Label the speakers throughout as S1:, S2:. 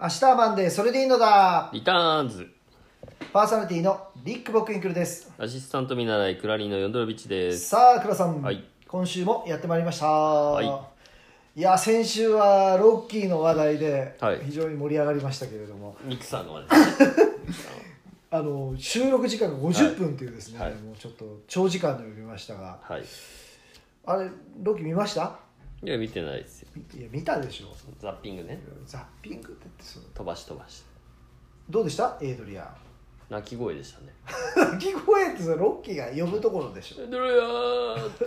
S1: 明日はマンデー、それでいいのだ。
S2: リターンズ
S1: パーソナリティのリック・ボックインクルです。
S2: アシスタント見習いクラリーのヨンドロビッチです
S1: さあ、倉さん、
S2: はい
S1: 今週もやってまいりました。
S2: い
S1: いや、先週はロッキーの話題で
S2: はい
S1: 非常に盛り上がりましたけれども、
S2: ミクサーの話
S1: あの収録時間が50分というですね、
S2: はいはい
S1: もうちょっと長時間のように見ましたが、
S2: はい
S1: あれ、ロッキー見ました
S2: いや見てないですよ
S1: いや、見たでしょ。
S2: ザッピングね
S1: ザッピングってってそう
S2: 飛ばし飛ばし
S1: どうでしたエイドリア ン。
S2: 泣き声でしたね
S1: 鳴き声ってそれロッキーが呼ぶところでしょ。
S2: ヨンドロヤーって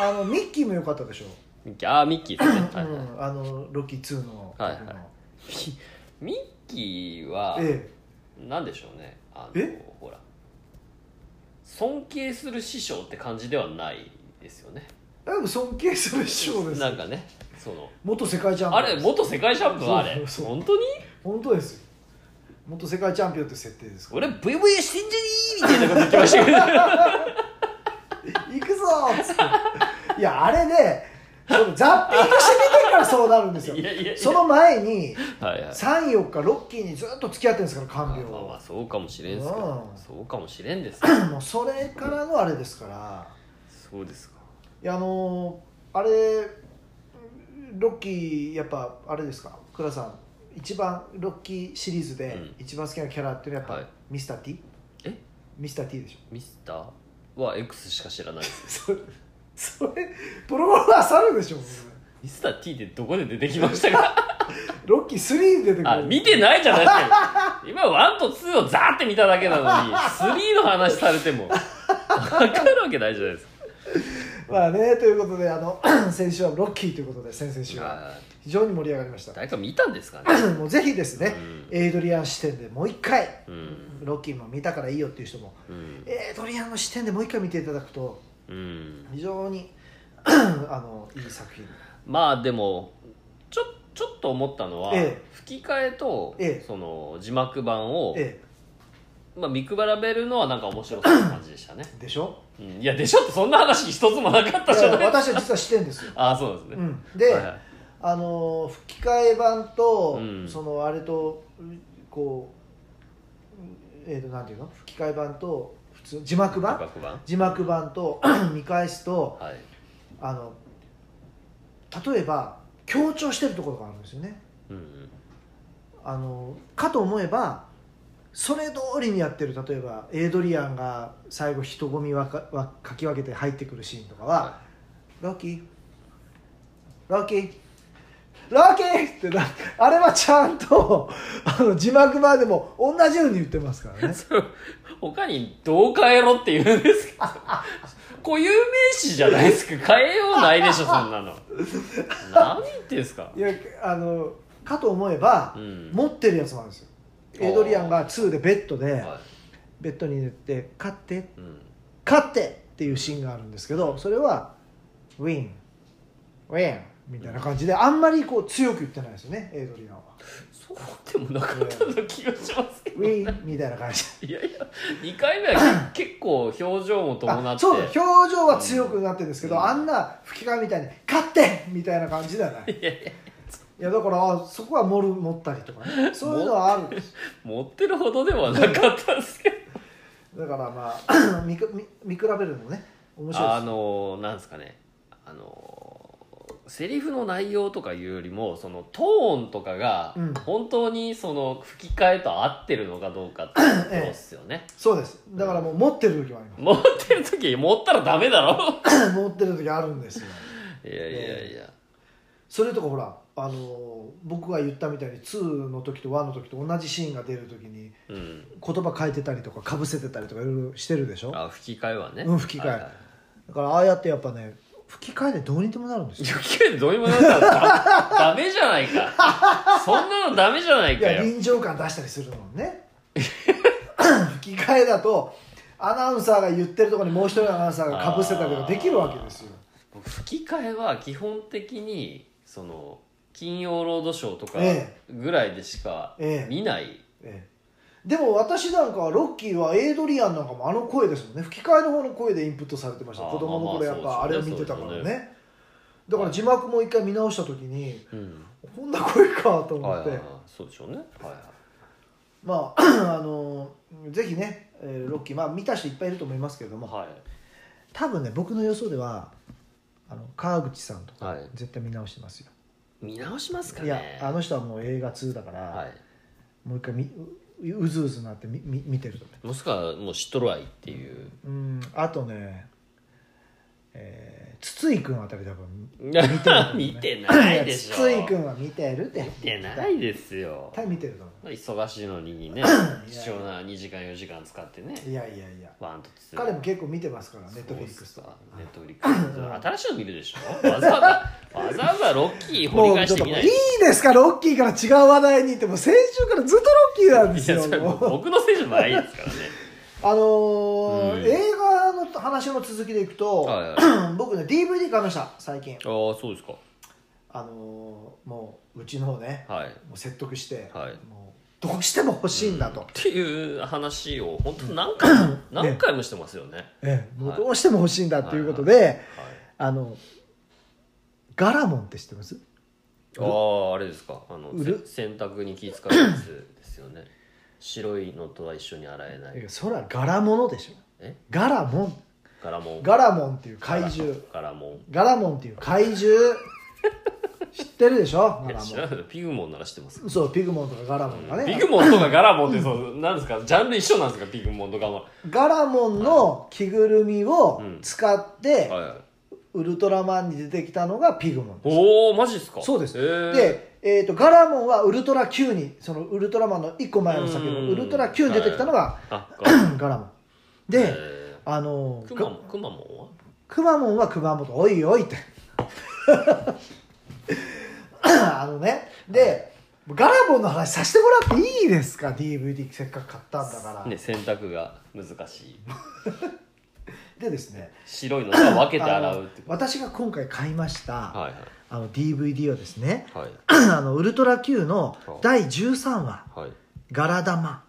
S1: あのミッキーも良かったでしょ。
S2: ミッキーあーミッキーですね、はいはい
S1: うん、あのロッキー2の。
S2: はいはいミッキーは
S1: え
S2: なんでしょうねあの
S1: え
S2: ほら尊敬する師匠って感じではないですよね
S1: え、でも尊敬する師匠です
S2: なんかねその
S1: 元世界チャンピオ
S2: あ
S1: ン
S2: れ元世界チャンピオンあれ
S1: そうそうそう
S2: 本当に
S1: 本当ですよ元世界チャンピオンって設定ですから
S2: 俺ブイブイしてんじゃねーみたいなこと言ってました けど
S1: 行くぞーっつっていやあれねそのザッピングして見てるからそうなるんですよ
S2: いやいやいや
S1: その前に
S2: はいはい
S1: 34日ロッキーにずっと付き合ってるんですから
S2: まあ
S1: 看病
S2: まあま
S1: を
S2: あそうかもしれんすけど
S1: うん
S2: そうかもしれんです けど
S1: もうそれからのあれですから
S2: そうですか
S1: いやあのーあれロッキーやっぱあれですか倉さん一番ロッキーシリーズで
S2: うん
S1: 一番好きなキャラっていうのはやっ
S2: はい
S1: ぱミスター T?
S2: え
S1: ミスター T でしょ
S2: ミスターは X しか知ら ないです
S1: そそれプロゴルファー猿でしょ
S2: ミスター T ってどこで出てきました か
S1: ロッキー3に出てくる
S2: あ見てないじゃないですか今1と2をザーって見ただけなのに3の話されても分かるわけないじゃないです
S1: まあねということであの 先週はロッキーということで先々週
S2: か
S1: は
S2: あ
S1: 非常に盛り上がりまし
S2: ー
S1: た
S2: 誰か見たんですかね
S1: もうぜひですね、
S2: う
S1: エイドリアン視点でもう一回、
S2: うん
S1: ロッキーも見たからいいよっていう人も
S2: うん
S1: エイドリアンの視点でもう一回見ていただくと
S2: うん
S1: 非常に あのいい作品
S2: まあでもちょちょっと思ったのは、
S1: ええ
S2: 吹き替えと、
S1: ええ
S2: その字幕版を、
S1: え
S2: まあ、見比べるのはなんか面白そうな感じでしたね、
S1: えでしょ
S2: うん、いやでしょってそんな話一つもなかったじゃない
S1: いや私は実は視点ですよ、
S2: ああそうなんです
S1: う
S2: ね、
S1: ん、で、
S2: はいはい
S1: あの吹き替え版と、
S2: うん
S1: そのあれとうこううえー、となんていうの吹き替え版と普通字幕
S2: 字
S1: 版
S2: 幕版
S1: 字幕版と 見返すと
S2: はい
S1: あの例えば強調してるところがあるんですよね
S2: うんうん
S1: あのかと思えばそれ通りにやってる例えばエイドリアンが最後人混みわかわかき分けて入ってくるシーンとかは、
S2: は
S1: ロッキーロッキーロッキーってなあれはちゃんと あの字幕版でも同じように言ってますからね
S2: そう 他にどう変えろって言うんですか 固有名詞じゃないですか変えようないでしょそんなの何言ってんすか
S1: いやあのかと思えば、
S2: うん
S1: 持ってるやつもあるんですよエイドリアンが2でベッドで
S2: は
S1: ベッドに寝て「勝って
S2: い、うん
S1: 勝って!」っていうシーンがあるんですけどそれは「ウィンウィン」みたいな感じであんまりこう強く言ってないですよねエイドリアンは
S2: そうでもなかったような気がしますけ
S1: 「ウィン」みたいな感 じ
S2: どいやいや2回目はけ 結構表情も伴
S1: あ
S2: って
S1: そうだ表情は強くなってるんですけど、
S2: うん
S1: あんな吹き替えみたいに「勝って!」みたいな感じではないい
S2: やい
S1: やだからあそこは盛る持ったりとか ねそういうのはあるんです
S2: 持ってるほどではなかったんですけど
S1: だからまあ 見く見見比べるのもね面白
S2: あ
S1: いです
S2: のなんですかねあのセリフの内容とかいうよりもそのトーンとかが
S1: うん
S2: 本当にその吹き替えと合ってるのかどうかっていうことですよね、
S1: そうですだからもう持ってる時はありま
S2: 持ってる時持ったらダメだ ろ
S1: す持ってる時あるんですよ
S2: いやいやいや、
S1: それとかほらあのー僕が言ったみたいに2の時と1の時と同じシーンが出る時に
S2: うん
S1: 言葉変えてたりとかかぶせてたりとかいろいろしてるでしょ
S2: あ吹き替えはね、
S1: うん吹き替え
S2: はいはい
S1: だからああやってやっぱね吹き替えでどうにでもなるんですよ
S2: 吹き替えでどうにもなったらダダメじゃないかそんなのダメじゃない
S1: い
S2: か
S1: や
S2: よ
S1: 臨場感出したりするもんね 吹き替えだとアナウンサーが言ってるところにもう一人のアナウンサーがかぶせたりとかできるわけですよ
S2: 僕吹き替えは基本的にその金曜ロードショーとか
S1: え
S2: ぐらいでしか
S1: ええ
S2: 見ない、
S1: ええでも私なんかはロッキーはエイドリアンなんかもあの声ですもんね吹き替えの方の声でインプットされてました
S2: あー
S1: 子供の頃やっ
S2: まあま
S1: ぱ
S2: あ
S1: あれを見てたから
S2: そう
S1: ね
S2: です
S1: だから字幕も一回見直した時に
S2: うん
S1: こんな声かと
S2: はい
S1: 思っ
S2: はい
S1: て、
S2: はいそうでしょうねはいはい
S1: まあ あのぜひね、えーロッキーまあ見た人いっぱいいると思いますけれども、
S2: はい
S1: 多分ね僕の予想ではあの川口さんとか
S2: はい
S1: 絶対見直してますよ、
S2: 見直しますか
S1: い、
S2: ね
S1: やあの人はもう映画2だから、
S2: はい
S1: もう一回みううずうずなってみみ見てると思
S2: もしくはもう知っとるわいっていう
S1: ううんあとねえー、筒井君あたり多分
S2: 見て
S1: る
S2: 見てないでしょ
S1: 筒井君は見てるって
S2: 見てないですよ
S1: 絶対見てると思
S2: 忙しいのにね貴重な2時間4時間使ってね
S1: ういやいやいや
S2: ワンとツー
S1: 彼も結構見てますからネットフリックスとか
S2: かネットフリックス新しいの見るでしょわざわざわざわざロッキー掘り
S1: もう
S2: 返
S1: ち
S2: し
S1: ょってと
S2: み
S1: もう
S2: ない
S1: いいですかロッキーから違う話題にってもう先週からずっとロッキーなんです
S2: い
S1: よ
S2: やそれ
S1: もう
S2: 僕のせいじゃないですからね
S1: あのー
S2: うん
S1: 映画の話の続きでいくと、
S2: はいはい
S1: 僕ね DVD 買いました最近
S2: ああそうですか
S1: あのーもううちの方ね
S2: はいっ
S1: もう説得して、
S2: はい
S1: もうどうしても欲しいんだと、
S2: ていう話を本当何回も何回もしてますよね
S1: ええもう
S2: はい
S1: どうしても欲しいんだっていうことで、あのガラモンって知ってます
S2: はいあああれですかあの
S1: うる
S2: せ洗濯に気使うやつですよね白いのとは一緒に洗えないい
S1: やそら柄物でしょ
S2: え
S1: ガラモン
S2: 柄も
S1: ガラモンっていう怪獣
S2: 柄も
S1: ガラモンっていう怪 獣知ってるでしょ
S2: い
S1: ガ
S2: や
S1: ラ
S2: 知
S1: モ
S2: らないピグモンなら知ってます
S1: ンそうピグモンとかガラモンがね
S2: ビッグモンとかガラモンってそうなんですかジャンル一緒なんですかビッグモンとガラモン
S1: ガラモンの着ぐるみを使って、
S2: はいはい
S1: ウルトラマンに出てきたのがピグモンです
S2: おおマジですか
S1: そうです
S2: へー
S1: で、えー、とガラモンはウルトラ Q にそのウルトラマンの1個前の先
S2: う
S1: の
S2: ん
S1: ウルトラ Q に出てきたのが、
S2: あガラモ ン
S1: ガラモンで、
S2: へー
S1: あの
S2: クマモンクマモンは
S1: くまモンは熊本おいおいって あのねでガラモンの話させてもらっていいですか DVD せっかく買ったんだから、
S2: ね洗濯が難しい
S1: でですね
S2: 白いのとは分けて
S1: あ
S2: 洗う
S1: の
S2: ってこと
S1: 私が今回買いました、
S2: はいは
S1: あの DVD をですね
S2: いはい
S1: あのウルトラ Q の第13話
S2: はい
S1: 「ガラ玉」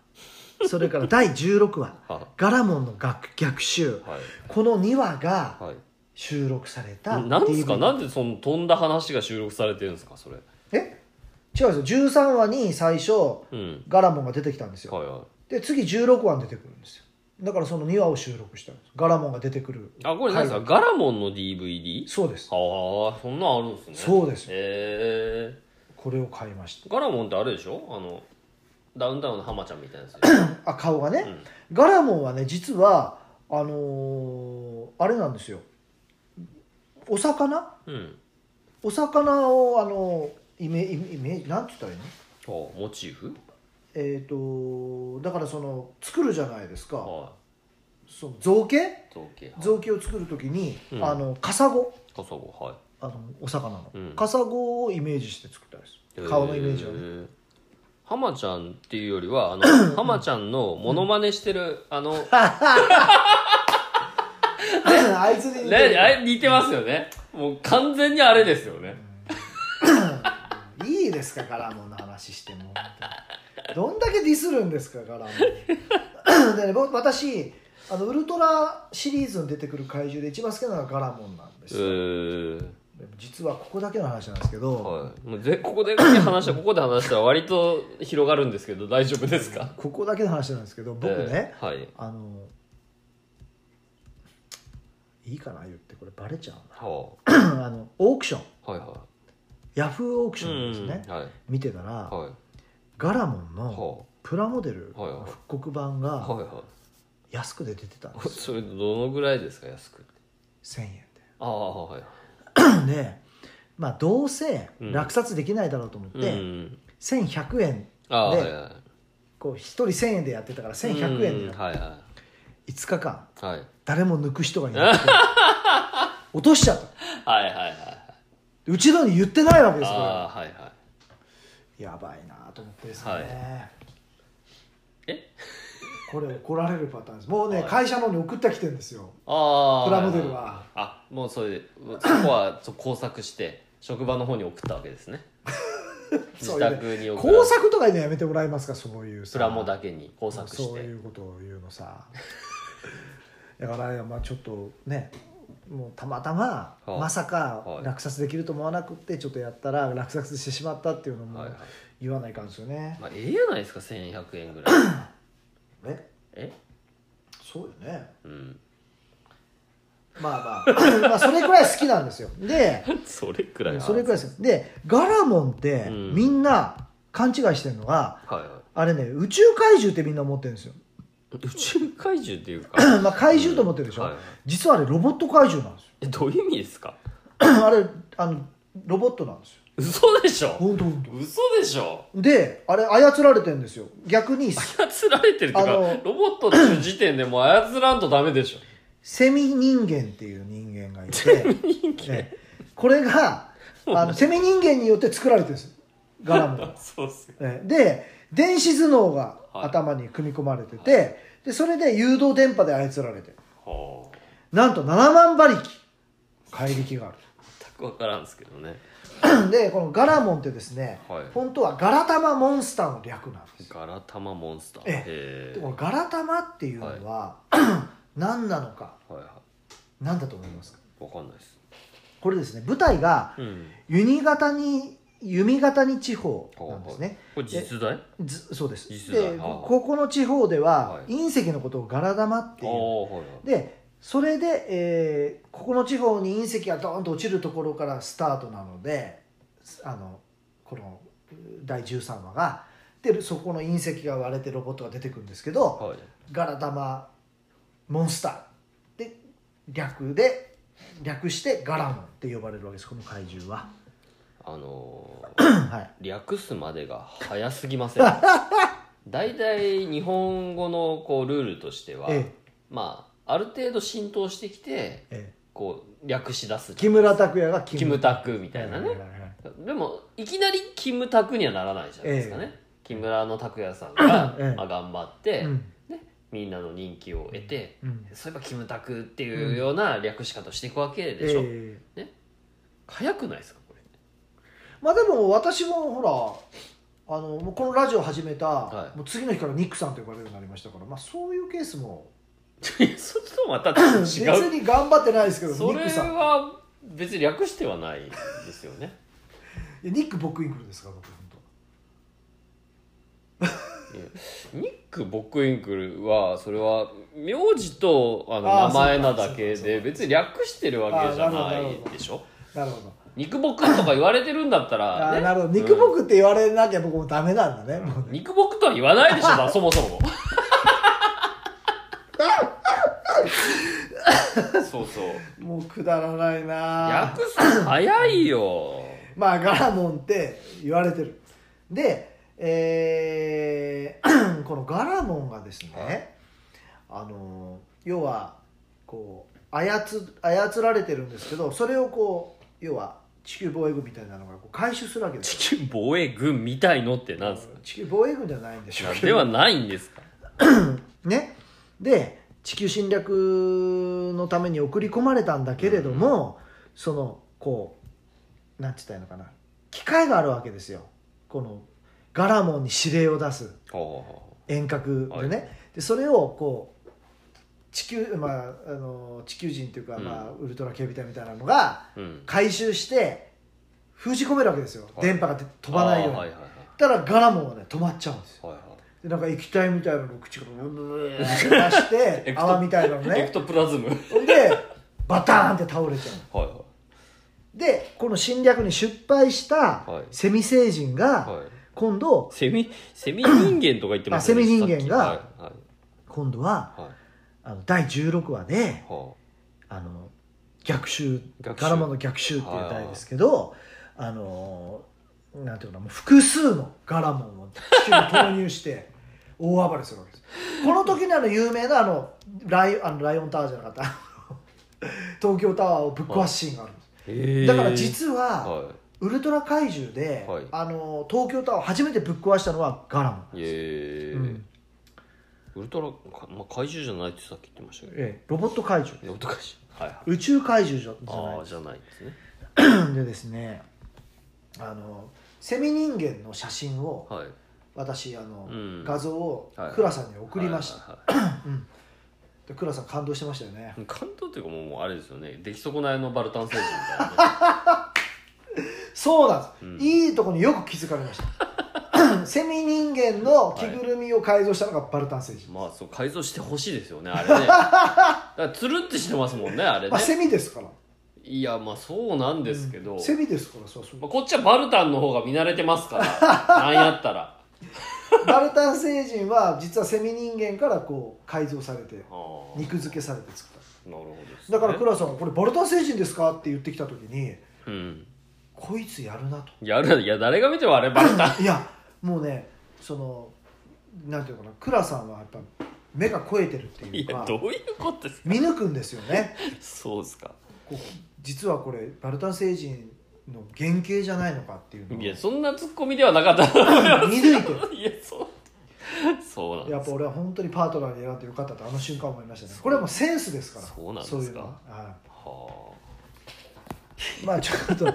S1: それから第16話
S2: は
S1: 「ガラモンの逆逆襲」
S2: はい
S1: この2話が
S2: はい
S1: 収録された
S2: 何ですか
S1: DVD
S2: なんでその飛んだ話が収録されてるんですかそれ
S1: え違うんですよ13話に最初
S2: うん
S1: ガラモンが出てきたんですよ
S2: はいはい
S1: で次16話に出てくるんですよだからその2話を収録したんですガラモンが出てくる
S2: あこれ何ですかガラモンの DVD?
S1: そうです
S2: はあそんなんあるんですね
S1: そうです
S2: へえ
S1: これを買いました
S2: ガラモンってあれでしょあのダウンタウンの浜ちゃんみたいなやつで しょ
S1: あ顔がね、
S2: ん
S1: ガラモンはね実はあのーあれなんですよお魚
S2: うん
S1: お魚をあのイメイメイメージなんて言ったらいいの
S2: あモチーフ
S1: えっ、とだからその作るじゃないですか
S2: は
S1: その造形
S2: い造形
S1: 造形を作る時に、
S2: うん
S1: あのカサゴ
S2: カサゴは
S1: あのお魚の、
S2: うん
S1: カサゴをイメージして作ったんで
S2: い
S1: す顔のイメージを ね、
S2: ね浜ちゃんっていうよりは あの浜ちゃんのモノマネしてる あのね
S1: あいつに似てる
S2: あれ似てますよねもう完全にあれですよね
S1: いいですかガラモンの話しても本当にどんだけディスるんですかガラモンでね僕私あのウルトラシリーズに出てくる怪獣で一番好きなのがガラモンなんで
S2: え
S1: すよ、
S2: ー
S1: でも実はここだけの話なんですけど、
S2: はい、もうぜここで話したここで話したら割と広がるんですけど大丈夫 ですか
S1: ここだけの話なんですけど僕ね、
S2: えーはい
S1: あのいいかな言ってこれバレちゃう
S2: は
S1: なあのオークション
S2: あはいは
S1: ヤフーオーク
S2: い
S1: ションですね、
S2: うんはいはい
S1: 見てたら、
S2: は
S1: ガラモンの
S2: は
S1: プラモデル
S2: はいはい
S1: 復刻版
S2: あ
S1: が
S2: はいは
S1: 安くで出てたんで
S2: い
S1: す
S2: それどのぐらいですか安くって
S1: 1000円
S2: ああはい
S1: ででまあどうせ
S2: うん
S1: 落札できないだろうと思って、
S2: うん、
S1: 1100円
S2: ああ
S1: で
S2: はいはい
S1: こう1人1000円でやってたから1100円で
S2: う
S1: や
S2: ん
S1: っ
S2: はいは
S1: 5日間
S2: いはい
S1: 誰も抜く人がいなくて 落としちゃった
S2: はいはいは
S1: うちのに言ってないわけ
S2: い
S1: です
S2: あ
S1: か
S2: あはいはい
S1: らやばいなと思ってですね、
S2: はいえ
S1: これ怒られるパターンですもうね、
S2: はい
S1: 会社の方に送ってきてるんですよ
S2: ああ
S1: プラモデルはい
S2: いいあもうそれでそこはちょ工作して職場の方に送ったわけですね自
S1: そういうね
S2: 宅に送ら
S1: 工作とかいうのやめてもらえますかそういうさ
S2: プラモだけに工作して
S1: そういうことを言うのさだからまあちょっとねもうたまたま、
S2: はい
S1: まさか
S2: はい
S1: 落札できると思わなくってちょっとやったら落札してしまったっていうのも
S2: はいはい
S1: 言わないかんですよね、
S2: まあ、ええやないですか1100円ぐらい
S1: え
S2: え
S1: そうよね
S2: うん
S1: まあ まあまあそれくらい好きなんですよで
S2: それくらい
S1: それくらいですよでガラモンって
S2: うん
S1: みんな勘違いしてるのが、
S2: はいは
S1: あれね宇宙怪獣ってみんな思ってるんですよ
S2: い宇宙怪獣っていうか
S1: まあ怪獣と思ってるでしょ、
S2: はいはい
S1: 実はあれロボット怪獣なんですよ
S2: えどういう意味ですか
S1: あれあのロボットなんですよ
S2: 嘘でしょ
S1: 本当本
S2: 嘘でしょ
S1: 当であれ操られてるんですよ逆に
S2: 操られてるってい
S1: あ
S2: うか
S1: の
S2: ロボットっていう時点でもう操らんとダメでしょ
S1: セミ人間っていう人間がい てええこれがあのセミ人間によって作られてるんですよガラム が
S2: そうっすよ
S1: ええで電子頭脳が
S2: はい
S1: 頭に組み込まれてて、でそれで誘導電波で操られてる
S2: はあ
S1: なんと7万馬力怪力がある
S2: 全く分からんですけどね
S1: でこのガラモンってですね、
S2: はい
S1: 本当はガラタマモンスターの略なんですよ
S2: ガラタマモンスター
S1: え
S2: へ
S1: で
S2: え
S1: このガラタマっていうのは、 何なのか
S2: はいは
S1: 何だと思いますか
S2: い分かんないです
S1: これですね舞台が
S2: うん
S1: 弓形に弓形に地方なんですね、
S2: これ実在
S1: ずそうです
S2: 実在
S1: で
S2: ああ
S1: ここの地方では、
S2: はい
S1: 隕石のことをガラ玉って
S2: ああ
S1: いう
S2: はいはい
S1: でそれで、えーここの地方に隕石がドーンと落ちるところからスタートなのであのこの第13話がでそこの隕石が割れてロボットが出てくるんですけど、
S2: はい
S1: ガラ玉モンスターで略で略してガラモンって呼ばれるわけですこの怪獣は
S2: あのー
S1: はい
S2: 略すまでが早すぎ ません大体日本語のこうルールとしては、
S1: え
S2: まあある程度浸透してきて
S1: ええ
S2: こう略し出す
S1: 木村拓哉がキ
S2: キムタクみたいなね、
S1: はいはいはいはい、
S2: でもいきなりキムタクにはならないじゃないですかね、木村の拓哉さんが
S1: ええ
S2: まあ、頑張って、
S1: うん
S2: みんなの人気を得て、
S1: うん
S2: そういえばキムタクっていうような略し方をしていくわけでしょ、
S1: ええ
S2: 早くないですかこれ
S1: まあでも私もほらあのもうこのラジオ始めた、
S2: はい
S1: もう次の日からニックさんと呼ばれるようになりましたから、まあ、そういうケースも
S2: いやそっちとまたちょっと
S1: 別
S2: 違う
S1: に頑張ってないですけどニ
S2: そ
S1: ッ
S2: れ
S1: クさんいや
S2: は別に略してはないですよね
S1: ニックボックインクルですから僕本
S2: いやニック・ボックインクルはそれは名字とあの
S1: あー
S2: 名前なだけ
S1: そうかそう
S2: で
S1: か
S2: 別に略してるわけじゃ
S1: あーな
S2: な
S1: るほどなるほ
S2: い
S1: ど
S2: でしょ
S1: 当なるほど
S2: 肉ぼくんとか言われてるんだった
S1: あ
S2: ら、
S1: ー
S2: ね、
S1: なるほどニックボックって言われなきゃ僕もダメなんだね、もうね
S2: 肉ぼくとは言わな いでしょだそもそもそうそう
S1: もうくだらないなぁ
S2: 訳すの早いよ
S1: まあガラモンって言われてるでえー このガラモンがですね、あの要はこう操操られてるんですけどそれをこう要は地球防衛軍みたいなのがこう回収するわけですよ
S2: 地球防衛軍みたいのってな んですか
S1: 地球防衛軍じゃないんでしょう
S2: なん
S1: け
S2: では
S1: ど
S2: ないんですか
S1: ねで地球侵略のために送り込まれたんだけれども、そのこうなんて言ったらいいのかな機会があるわけですよこのガラモンに指令を出す
S2: ほうほう
S1: 遠隔でね、
S2: は
S1: でそれをこう地球まああの地球人というか、
S2: うん
S1: まあ、ウルトラ警備隊みたいなのが
S2: ほううん
S1: 回収して封じ込めるわけですよ、
S2: はい
S1: 電波がで飛ばないように、
S2: あーはいはいはい
S1: だからガラモンはね止まっちゃうんですよ
S2: はいは
S1: でなんか液体みたいなのを口からブブブブって出して
S2: エクト
S1: 泡みたいなの
S2: いエク
S1: ね
S2: トプラズムはい
S1: ほんでバターンって倒れちゃう
S2: は
S1: でこの侵略に失敗した
S2: はい
S1: セミ星人
S2: い
S1: が
S2: はい
S1: 今度
S2: セミセミ人間とか言ってます
S1: あセミ人間が
S2: はい
S1: 今度は
S2: はいはい
S1: あの第16話で
S2: は
S1: あの逆襲
S2: 逆襲
S1: ガラマの逆襲っていう題ですけどあのなんていうのかなもう複数のガラモンを地球に投入して 大暴れするわけですこの時にあの有名なあのライあのライオンタワーじゃなかったあ の東京タワーをぶっ壊すシーンがあるんです、
S2: あへー
S1: だから実は、
S2: は
S1: ウルトラ怪獣で、
S2: はい
S1: あの東京タワーを初めてぶっ壊したのはガラモン
S2: いイエーイ、
S1: うん
S2: ウルトラか、まあ、怪獣じゃないってさっき言ってましたけど、
S1: ええロボット怪獣
S2: ウルトラ怪獣はいはい
S1: 宇宙怪獣じゃじゃない
S2: ああーじゃないですね
S1: でですねあのセミ人間の写真を
S2: はい
S1: 私あの、
S2: うん
S1: 画像を
S2: はい
S1: 倉さんに送りました、
S2: はいはいはい
S1: で倉さん感動してましたよね
S2: 感動っていうかもうもうあれですよね出来損ないのバルタン星人みたい
S1: そうなんです、
S2: うん
S1: いいとこによく気づかれました セミ人間の着ぐるみを改造したのがバルタン星人、
S2: なまあそう改造してほしいですよねあれねだからつるってしてますもんねあれ
S1: ま
S2: ね
S1: あ、セミですから
S2: いやまあそうなんですけど、
S1: セミですからそうそう
S2: まあ、こっちはバルタンの方が見慣れてますからなんやったら
S1: バルタン星人は実はセミ人間からこう改造されて
S2: あー
S1: 肉付けされて作っ
S2: なるほどです
S1: ただ
S2: ね
S1: から倉さんが「これバルタン星人ですか?」って言ってきた時に
S2: うん
S1: 「こいつやるな」と。
S2: やるいや誰が見てもあれバルタ ン
S1: いやもうねそのなんていうのかな倉さんはやっぱ目が肥えてるってい
S2: いう
S1: か
S2: やどういうことですか
S1: 見抜くんですよね
S2: そうですか
S1: こう実はこれバルタン星人の原型じゃないのかっていうのを
S2: い
S1: 見
S2: や
S1: 抜
S2: そんなツッコミではなかった
S1: いてる
S2: いやそうそうなん
S1: や
S2: で
S1: っ
S2: す
S1: ぱ俺は本当にパートナーに選んでよかったとあの瞬間思いましたねこれはもうセンスですから
S2: そうなんですか
S1: そういうのはは
S2: は
S1: あまあちょっと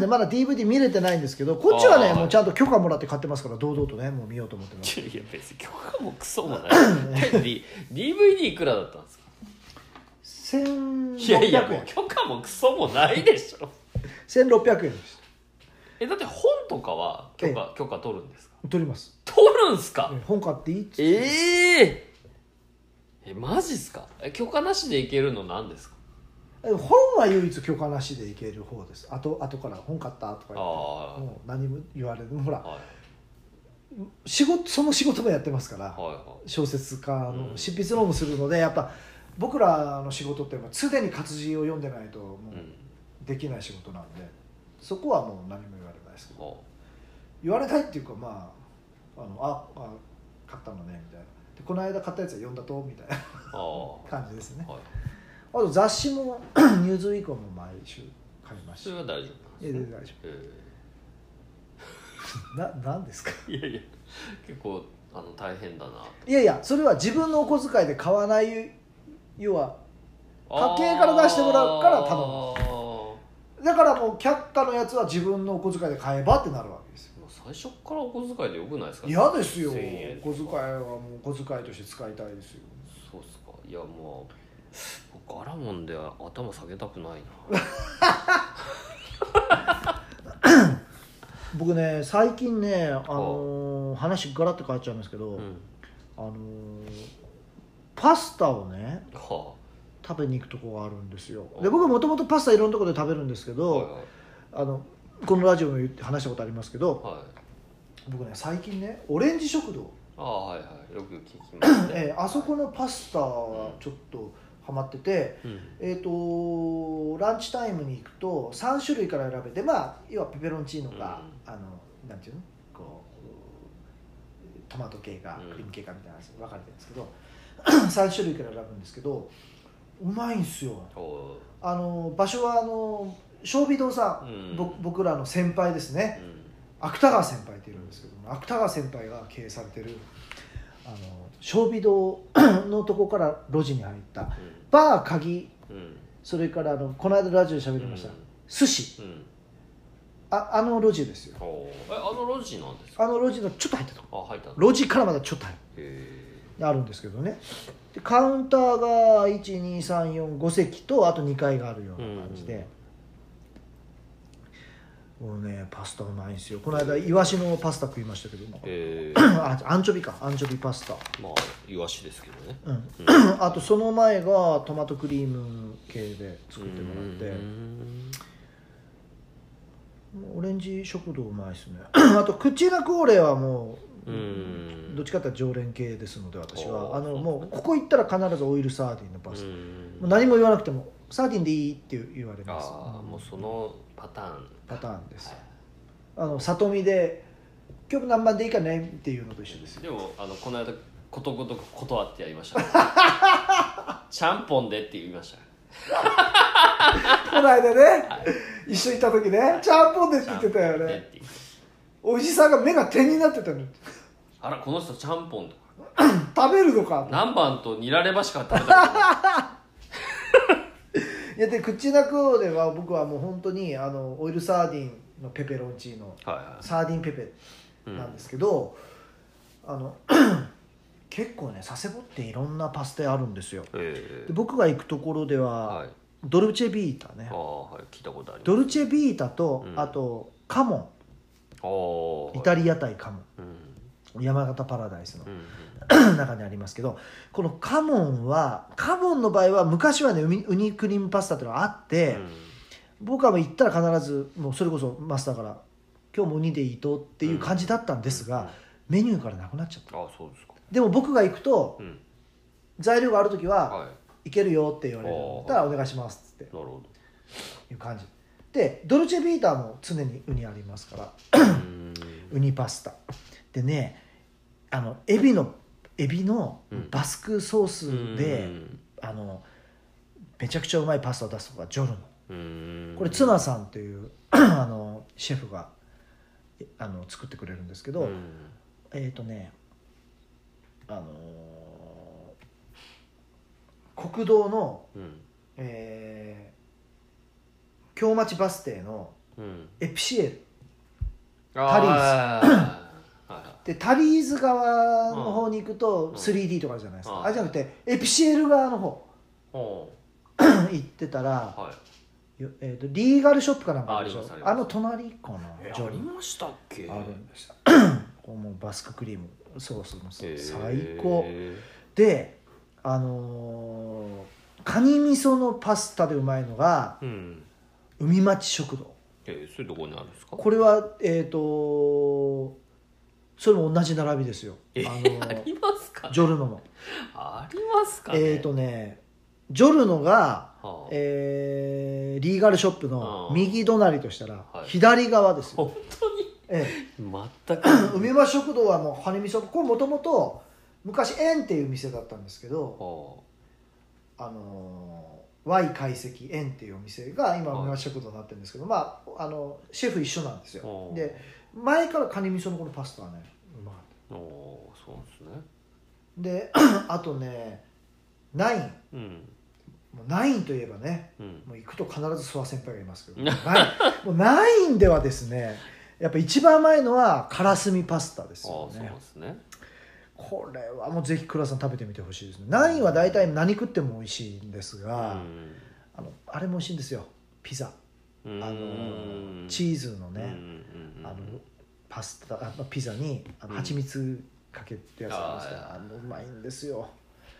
S1: でまだ DVD 見れてないんですけどこっちは
S2: あ
S1: ね
S2: ー
S1: もうちゃんと許可もらって買ってますから堂々とねもう見ようと思ってま
S2: あ
S1: す
S2: いやいや別に許可もクソも ない D- DVD いくらだったんですかいやい
S1: 1600
S2: やもう
S1: 円
S2: 許可もクソもないでしょ
S1: 1600円です
S2: えだって本とかは許可許可取るんですか
S1: 取ります
S2: 取るんすか
S1: え本買っていいっつって
S2: えええマジっすかえ許可なしでいけるのなんですか
S1: 本は唯一許可なしでいける方ですあと後から本買ったとか言って
S2: あー
S1: もう何も言われるほら
S2: はい
S1: 仕事その仕事もやってますから、
S2: はいは
S1: 小説家
S2: う
S1: の
S2: ん
S1: 執筆論文するのでやっぱ僕らの仕事って常に活字を読んでないとも
S2: い、うん
S1: うできない仕事なんで、そこはもう何も言われないですけど
S2: あ
S1: 言われないっていうかまああのああ買ったのねみたいなでこの間買ったやつは読んだとみたいな
S2: ああ
S1: 感じですね
S2: あはい
S1: あと雑誌も 「ニューズウィーク」も毎週買いまし
S2: そ
S1: た
S2: れは大丈夫
S1: え
S2: なん
S1: 大
S2: ですね
S1: 丈夫
S2: え
S1: ななんですか
S2: えいやいや結構あの大変だない
S1: やいやそれは自分のお小遣いで買わない要は
S2: あー
S1: 家計から出してもらうから頼むだからもう却下のやつは自分のお小遣いで買えばってなるわけですよ
S2: もう最初からお小遣いでよくないですか
S1: 嫌ですよお
S2: 1000円
S1: 小遣いはもうお小遣いとして使いたいですよ
S2: そうっすかいやもうガラモンで頭下げたくないな
S1: 僕ね最近ねあ
S2: の
S1: の話ガラッと変わっちゃうんですけど、
S2: うん
S1: あのパスタをね
S2: は
S1: 食べに行くとこがあるんですよ
S2: で
S1: で
S2: 僕
S1: 僕もともとパスタいろんなとこで食べるんですけ
S2: あ
S1: ど、
S2: はいはい
S1: あのこのラジオも話したことありますけど
S2: はい
S1: 僕ね最近ねオレンジ食堂
S2: ああはいはいよく聞きますね
S1: えーあそこのパスタはちょっとハマってて、
S2: うん
S1: えー、とランチタイムに行くと3種類から選べてまあ要はペペロンチーノか、あのなんていうのこうトマト系か
S2: うん
S1: クリーム系かみたいなやつに分かれてるんですけど、3種類 から選ぶんですけどうまいんですよ
S2: おー
S1: あの場所はあの正美堂さん、
S2: うん
S1: ぼ僕らの先輩ですね、
S2: うん
S1: 芥川先輩っているんですけども芥川先輩が経営されてるあの小美堂のとこから路地に入ったバー鍵
S2: うん
S1: それからあのこの間ラジオで喋りました、寿司
S2: うんうん
S1: ああの路地ですよ
S2: おーえあの路地なんですか
S1: あの路地のちょっと入ったとこ
S2: あ入ったの
S1: 路地からまだちょっと入
S2: へえ
S1: るあるんですけどねでカウンターが12345席とあと2階があるような感じで、もうねパスタうまいんですよこの間イワシのパスタ食いましたけどうまかった
S2: え
S1: あアンチョビかアンチョビパスタ
S2: まあイワシですけどね
S1: うんあとその前がトマトクリーム系で作ってもらって
S2: うん
S1: オレンジ食堂うまいですね あとクッチーナコーレはもう
S2: うん
S1: どっちかっていうと常連系ですので私
S2: おー
S1: はあの
S2: そう
S1: もうここ行ったら必ずオイルサーディンのパスタ、
S2: う
S1: も
S2: ん
S1: う何も言わなくてもサーディンでいいって言われます
S2: ああもうそのパターン
S1: パターンです、
S2: はい
S1: あの里見で「今日も何番でいいかね」っていうのと一 緒ですよ
S2: でもあのこの間ことごとく断ってやりました、 ちゃんぽんでって言いました
S1: この間ね一緒に行った時ね「ちゃんぽんで」って
S2: ちゃ
S1: 言って
S2: んぽん
S1: たよ
S2: でっ
S1: ね
S2: て言って
S1: おじさんが目が点になってたの
S2: あらこの人ちゃんぽんとか
S1: 食べるのか
S2: 何番とニラレバしか食べたことない
S1: いやでクッチナクオでは僕はもう本当にあのオイルサーディンのペペロンチーノ
S2: はいはい
S1: サーディンペペ
S2: うん
S1: なんですけど、あの 結構ね佐世保っていろんなパスタ屋あるんですよ
S2: え
S1: で僕が行くところでは、
S2: はい
S1: ドルチェビータね
S2: ああはい聞いたことあります
S1: ドルチェビータと、
S2: うん
S1: あとカモ
S2: ああ
S1: ンイタリア対カモ
S2: うん
S1: ン山形パラダイスの
S2: うん
S1: 中にありますけどこのカモンはカモンの場合は昔はねウニウニクリームパスタっていうのがあって、僕はもう行ったら必ずもうそれこそマスターから「今日もウニでいいと」っていう感じだったんですが、メニューからなくなっちゃった
S2: ああそうですか
S1: でも僕が行くと
S2: うん
S1: 材料がある時は
S2: はい
S1: 「いけるよ」って言われる
S2: おー
S1: たら「お願いします」っつっ
S2: なるほど
S1: ていう感じでドルチェビーターも常にウニありますから
S2: うん
S1: ウニパスタでねあのエビのエビの
S2: うん
S1: バスクソースで、
S2: うん
S1: あのめちゃくちゃうまいパスタを出すのがジョルノ
S2: うん
S1: これツナさんという あのシェフがえあの作ってくれるんですけど、
S2: うん
S1: えっ、とねあのー国道の、
S2: うん
S1: えー京町バス停の
S2: うん
S1: エプシエル
S2: あーはいは
S1: でタリーズ側の方に行くと
S2: うん
S1: 3D とかあるじゃないですか、
S2: うん
S1: あれじゃなくてエプシエル側の方
S2: いお
S1: 行ってたら
S2: ー、はい
S1: よえー、とリーガルショップかなんかあるでし
S2: ああ
S1: ょ
S2: りますあり
S1: あ
S2: ます
S1: の隣かな
S2: え
S1: ジョ
S2: あ
S1: リ
S2: り
S1: ー
S2: ましたっけ
S1: あるん ですよこうもうバスククリームソースもさ
S2: えー
S1: 最高であのーカニ味噌のパスタでうまいのが
S2: うん
S1: 海町食堂
S2: えー、それどこにあるんですか
S1: これはえっ、とそれも同じ並びですよ、
S2: え
S1: あの
S2: あ
S1: ー
S2: りますか
S1: ジョルノの
S2: ありますかね
S1: えっ、とねジョルノが、
S2: はあ
S1: えーリーガルショップの
S2: あー
S1: 右隣としたら
S2: はい
S1: 左側ですよ、
S2: 本当に
S1: ええ
S2: 全く
S1: 梅場食堂はもう羽味噌これもともと昔園っていう店だったんですけど、
S2: は
S1: あのー Y 解析園っていうお店が今
S2: はい
S1: 梅場食堂になってるんですけど、まああのシェフ一緒なんです
S2: あ
S1: よ
S2: はあ
S1: で前からカニ味噌のこのパスタはねうまかっ
S2: ああそうなんですね
S1: たで あとねナイン
S2: うん
S1: もうナインといえばね
S2: うん
S1: もう行くと必ず諏訪先輩がいます けどナインもうナインではですねやっぱ一番甘いのはからすみパスタです
S2: ああ
S1: よ
S2: そう
S1: ね
S2: ですね
S1: これはもうぜひ倉さん食べてみてほしいですねナインは大体何食っても美味しいんですが、あのあれも美味しいんですよピザ
S2: うん
S1: あ
S2: う
S1: の
S2: ん
S1: チーズの
S2: うんう
S1: ね、
S2: んうん
S1: あのパスタあのピザにあの
S2: うん
S1: 蜂蜜かけってやつなんですけど、
S2: あー
S1: あのうまいんですよ、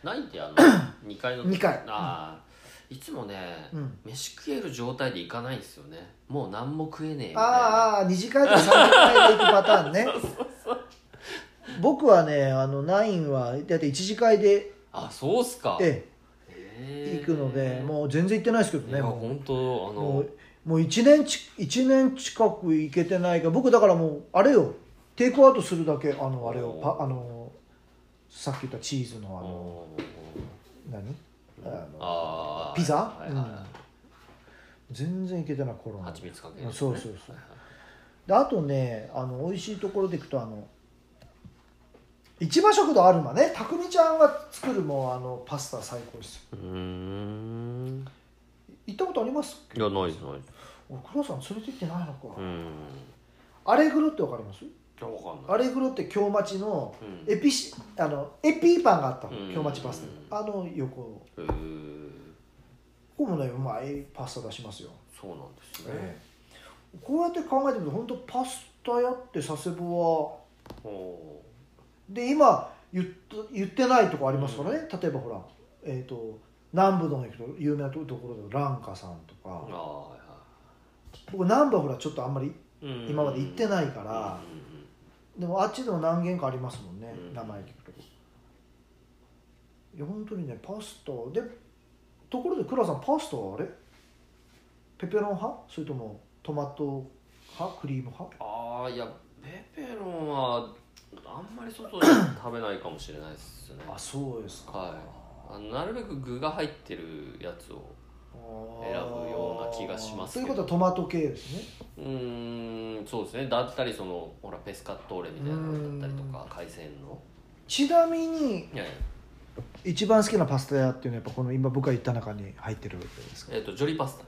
S2: ないっ てあの二階の
S1: 二階
S2: ああいつもね、
S1: うん、
S2: 飯食える状態で行かないんですよねもう何も食えねえみたいな
S1: あ
S2: あ
S1: ーあー二次会とか三次会で行くパターン ね僕はねあのナインはだいたい一次会で、
S2: そうっすか
S1: ええ
S2: え
S1: 行くのでもう全然行ってないですけど
S2: いや
S1: ねもう
S2: 本当あ
S1: も
S2: の
S1: うもう1年ち一年近く行けてないから僕だからもうあれよテイクアウトするだけあのあれをパあのさっき言ったチーズのあの何あの
S2: あー
S1: ピザ
S2: はいはいは
S1: 全然行けてないコロ
S2: い
S1: ナ
S2: 蜂
S1: で
S2: 蜜かけるやつね
S1: そうそうそう
S2: はいはい
S1: であとねあの美味しいところで行くとあの市場食堂あるまねたくみちゃんが作るもうあのパスタ最高ですよ
S2: うーん
S1: 行ったことあります
S2: いやないですないです
S1: 俺黒さん連れて行ってないのか、
S2: うん
S1: アレグロってわかります
S2: いやわかんない
S1: アレグロって京町の
S2: うん
S1: エピシあのエピーパンがあったの
S2: うん
S1: 京町パスタあの横こ
S2: へー
S1: こもねうまいパスタ出しますよ、
S2: そうなんですね、
S1: ええこうやって考えてみると本当パスタ屋って佐世保は
S2: お
S1: で今言っと言ってないとこありますからね、例えばほらえっ、と南部の方行くと有名なところだと蘭花さんと
S2: ー
S1: か
S2: あ
S1: 僕南部はほらちょっとあんまり
S2: ーはいはい
S1: 今まで行って
S2: い
S1: ないから、でもあっちでも何軒かありますもんね、
S2: うん
S1: 名前聞くといや本当にねパスタでところで倉さんパスタはあれペペロン派それともトマト派クリーム派
S2: ああいやペペロンはあんまり外で食べないかもしれないですね
S1: あそうですか
S2: はいあのなるべく具が入ってるやつを
S1: あ
S2: 選ぶような気がします
S1: と
S2: け
S1: いう
S2: ど
S1: ことはトマト系ですね
S2: うーんそうですねだったりそのほらペスカットーレみたいなのだったりとか海鮮の
S1: ちなみに
S2: いやいや
S1: 一番好きなパスタ屋っていうのはやっぱこの今僕が言った中に入ってるわけですか
S2: えっ、とジョリパスタ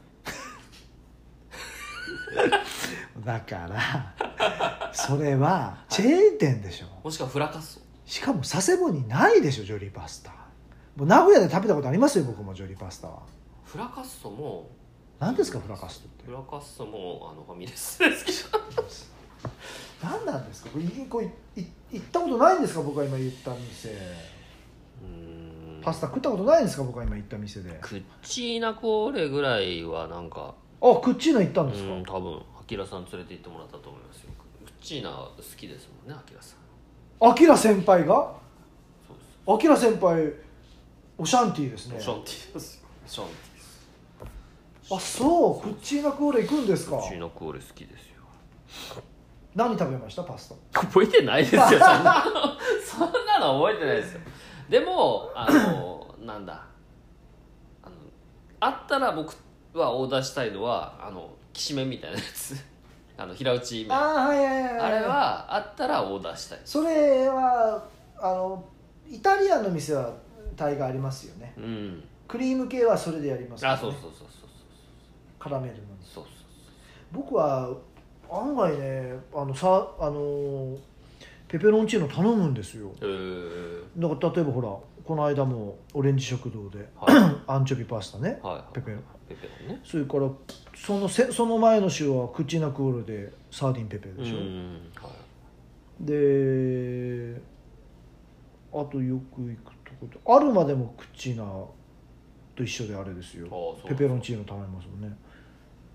S1: だからそれはチェーン店でしょ
S2: もしくはフラカッソ
S1: しかも佐世保にないでしょジョリーパスタもう名古屋で食べたことありますよ僕もジョリーパスタは
S2: フラカッソも
S1: 何ですかフラカスト
S2: フ
S1: っ
S2: ラカッソもあのファミレスですけど
S1: て何なんですかこれこれい行ったことないんですか僕が今言った店パスタ食ったことないんですか僕が今言った店であ
S2: クッチーナコーレぐらいはなんか
S1: クッチーナ行った
S2: うん
S1: ですか、
S2: ん多分アキラさん連れて行ってもらったと思いますよクッチーナ好きですもんねアキラさん
S1: アキラ先輩が
S2: そうです
S1: アキラ先輩オシャンティーですね
S2: シャンティですよシャンティです
S1: あそうクッチーナクオレ行くんです
S2: ク
S1: か
S2: ッチーナコーレ好きですよ
S1: 何食べましたパスタ
S2: 覚えてな いですよそんなのそんなの覚えてないですよでもあのなんだあのあったら僕はオーダーしたいのはあのきしめんみたいなやつ あの平打ち麺あ
S1: ああはいはいはいい
S2: れはあったらオーダーしたい
S1: それはあのイタリアンの店は大概ありますよね
S2: うん
S1: クリーム系はそれでやりますから
S2: あ
S1: ね
S2: そうそうそうそう
S1: 絡めるのに
S2: そうそうそう
S1: 僕は案外ねあのさあのペペロンチーノ頼むんですよ
S2: そうえ
S1: だから例えばほらこの間もオレンジ食堂で
S2: ー、はい
S1: アンチョビパスタね
S2: はい
S1: ペペロ
S2: ペペロンね
S1: それからそのせその前の週はクチナクオールでサーディンペペでしょ、
S2: んはい
S1: であとよく行くとこでアルマでもクチナと一緒であれです
S2: あ
S1: よ
S2: そう
S1: ペペロンチーノ頼みますもんね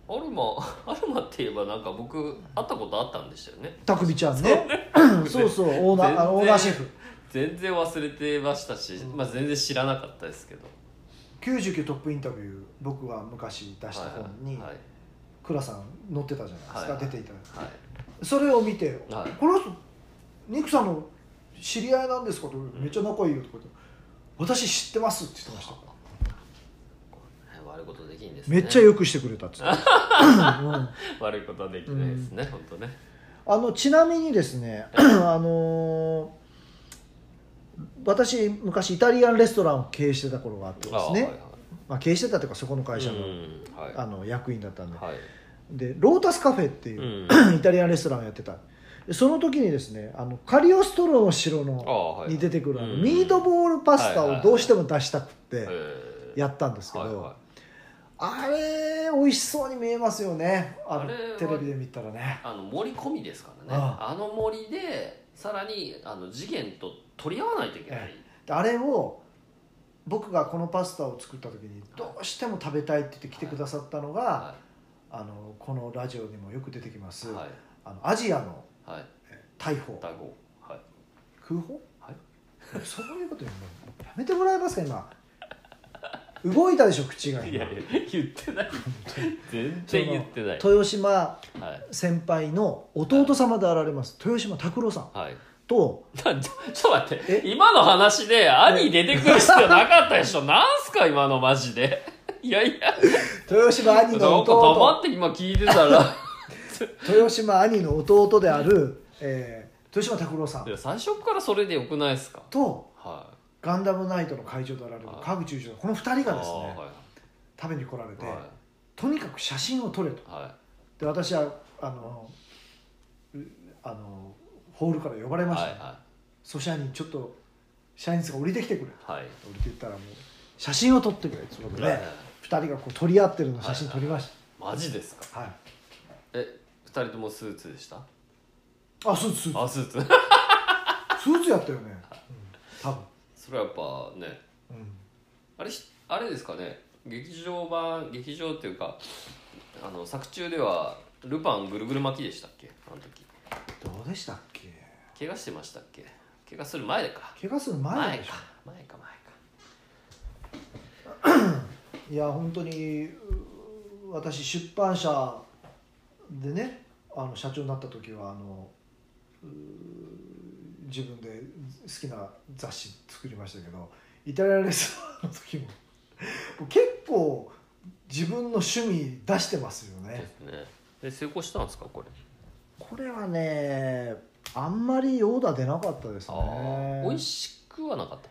S2: アルマ アルマって言えばなんか僕会ったことあったんでしたよね
S1: たくみちゃんね そうそうオーナーあのオーナーシェフ
S2: 全然忘れてましたし、まあ、全然知らなかったですけど
S1: 99トップインタビュー僕が昔出した本に
S2: はい
S1: 倉さん載ってたじゃないですか
S2: はい
S1: 出ていただいて
S2: はい
S1: それを見て「
S2: はい
S1: この人ニクさんの知り合いなんですか?」と「めっちゃ仲いいよ」とか言って「私知ってます」って言ってました
S2: はい悪いことできんですね
S1: めっちゃよくしてくれたっ つって、うん
S2: 悪いことはできないですね、本当ね
S1: あのちなみにですね あのー私昔イタリアンレストランを経営してた頃があってですね
S2: はいはい
S1: まあ、経営してたというかそこの会社
S2: う
S1: の,、
S2: んはい
S1: あの役員だったんで,、
S2: はい
S1: でロータスカフェっていうう、
S2: ん
S1: イタリアンレストランをやってたでその時にですねあのカリオストロの城
S2: あ
S1: の
S2: あはい
S1: に出てくるあの
S2: うん
S1: ミートボールパスタ
S2: はいはい
S1: を
S2: はい
S1: どうしても出したくって
S2: えー
S1: やったんですけど、
S2: はいは
S1: あれ美味しそうに見えますよねあ
S2: あ
S1: の
S2: れは
S1: テレビで見たらね
S2: い、あの森込みですからね
S1: あ
S2: あの森でさらにあの次元と取り合わないといけない、
S1: であれを僕がこのパスタを作った時にどうしても食べたいって言って来てくださったのが、
S2: は
S1: あのこのラジオにもよく出てきま
S2: い
S1: す、
S2: はい
S1: あのアジアの
S2: はい
S1: 大砲
S2: 大砲はい
S1: 空砲、
S2: はい
S1: そういうこと言うのやめてもらえますか今動いたでしょ口が今
S2: いやいや言ってない全然言ってない
S1: 豊島
S2: はい
S1: 先輩の弟様であられます豊島拓郎さん
S2: はい
S1: と
S2: なんちょちょっと待って
S1: え
S2: 今の話で兄出てくる必要なかったでしょなんすか今のマジでいやいや
S1: 豊島兄の
S2: なんか黙
S1: 弟
S2: って今聞いてた ら
S1: 豊島兄の弟である、えー豊島拓郎さ
S2: い
S1: ん
S2: や最初からそれでよくないですか
S1: と
S2: は
S1: ガンダムナイトの会場となられる
S2: はい
S1: 川口宇宙のこの2人
S2: い
S1: がです
S2: あ
S1: ね
S2: ーはい
S1: 食べに来られて、
S2: は
S1: とにかく写真を撮れと
S2: いは
S1: で私はあのうあのホールから呼ばれ
S2: い
S1: ました、
S2: は
S1: そしたらにちょっと社員室が降りてきてくれ
S2: いはい
S1: 降りて言ったらもう写真を撮ってくれってことで、
S2: はい
S1: 2人がこう撮り合ってるのを写真撮りまし
S2: マジですか
S1: た、はい
S2: え二人ともスーツ でした
S1: あスーツスー
S2: あスーツ
S1: ツ スーツやったよね、うん、多分、
S2: それはやっぱね
S1: うん、
S2: あれしあれですかね劇場版劇場っていうかあの作中ではルパンぐるぐる巻きでしたっけあの時
S1: どうでしたっけ
S2: 怪我してましたっけ怪我する前か
S1: 怪我する前
S2: 前
S1: でしょ
S2: か前か前か
S1: いや本当にう私出版社でねあの社長になった時はあのう自分で好きな雑誌作りましたけどイタリアンレストランの時ももう結構自分の趣味出してますよ
S2: で
S1: ね
S2: すねで成功したんですかこれ
S1: これはねあんまりオーダー出なかったです
S2: あ
S1: ね
S2: ー美味しくはなかった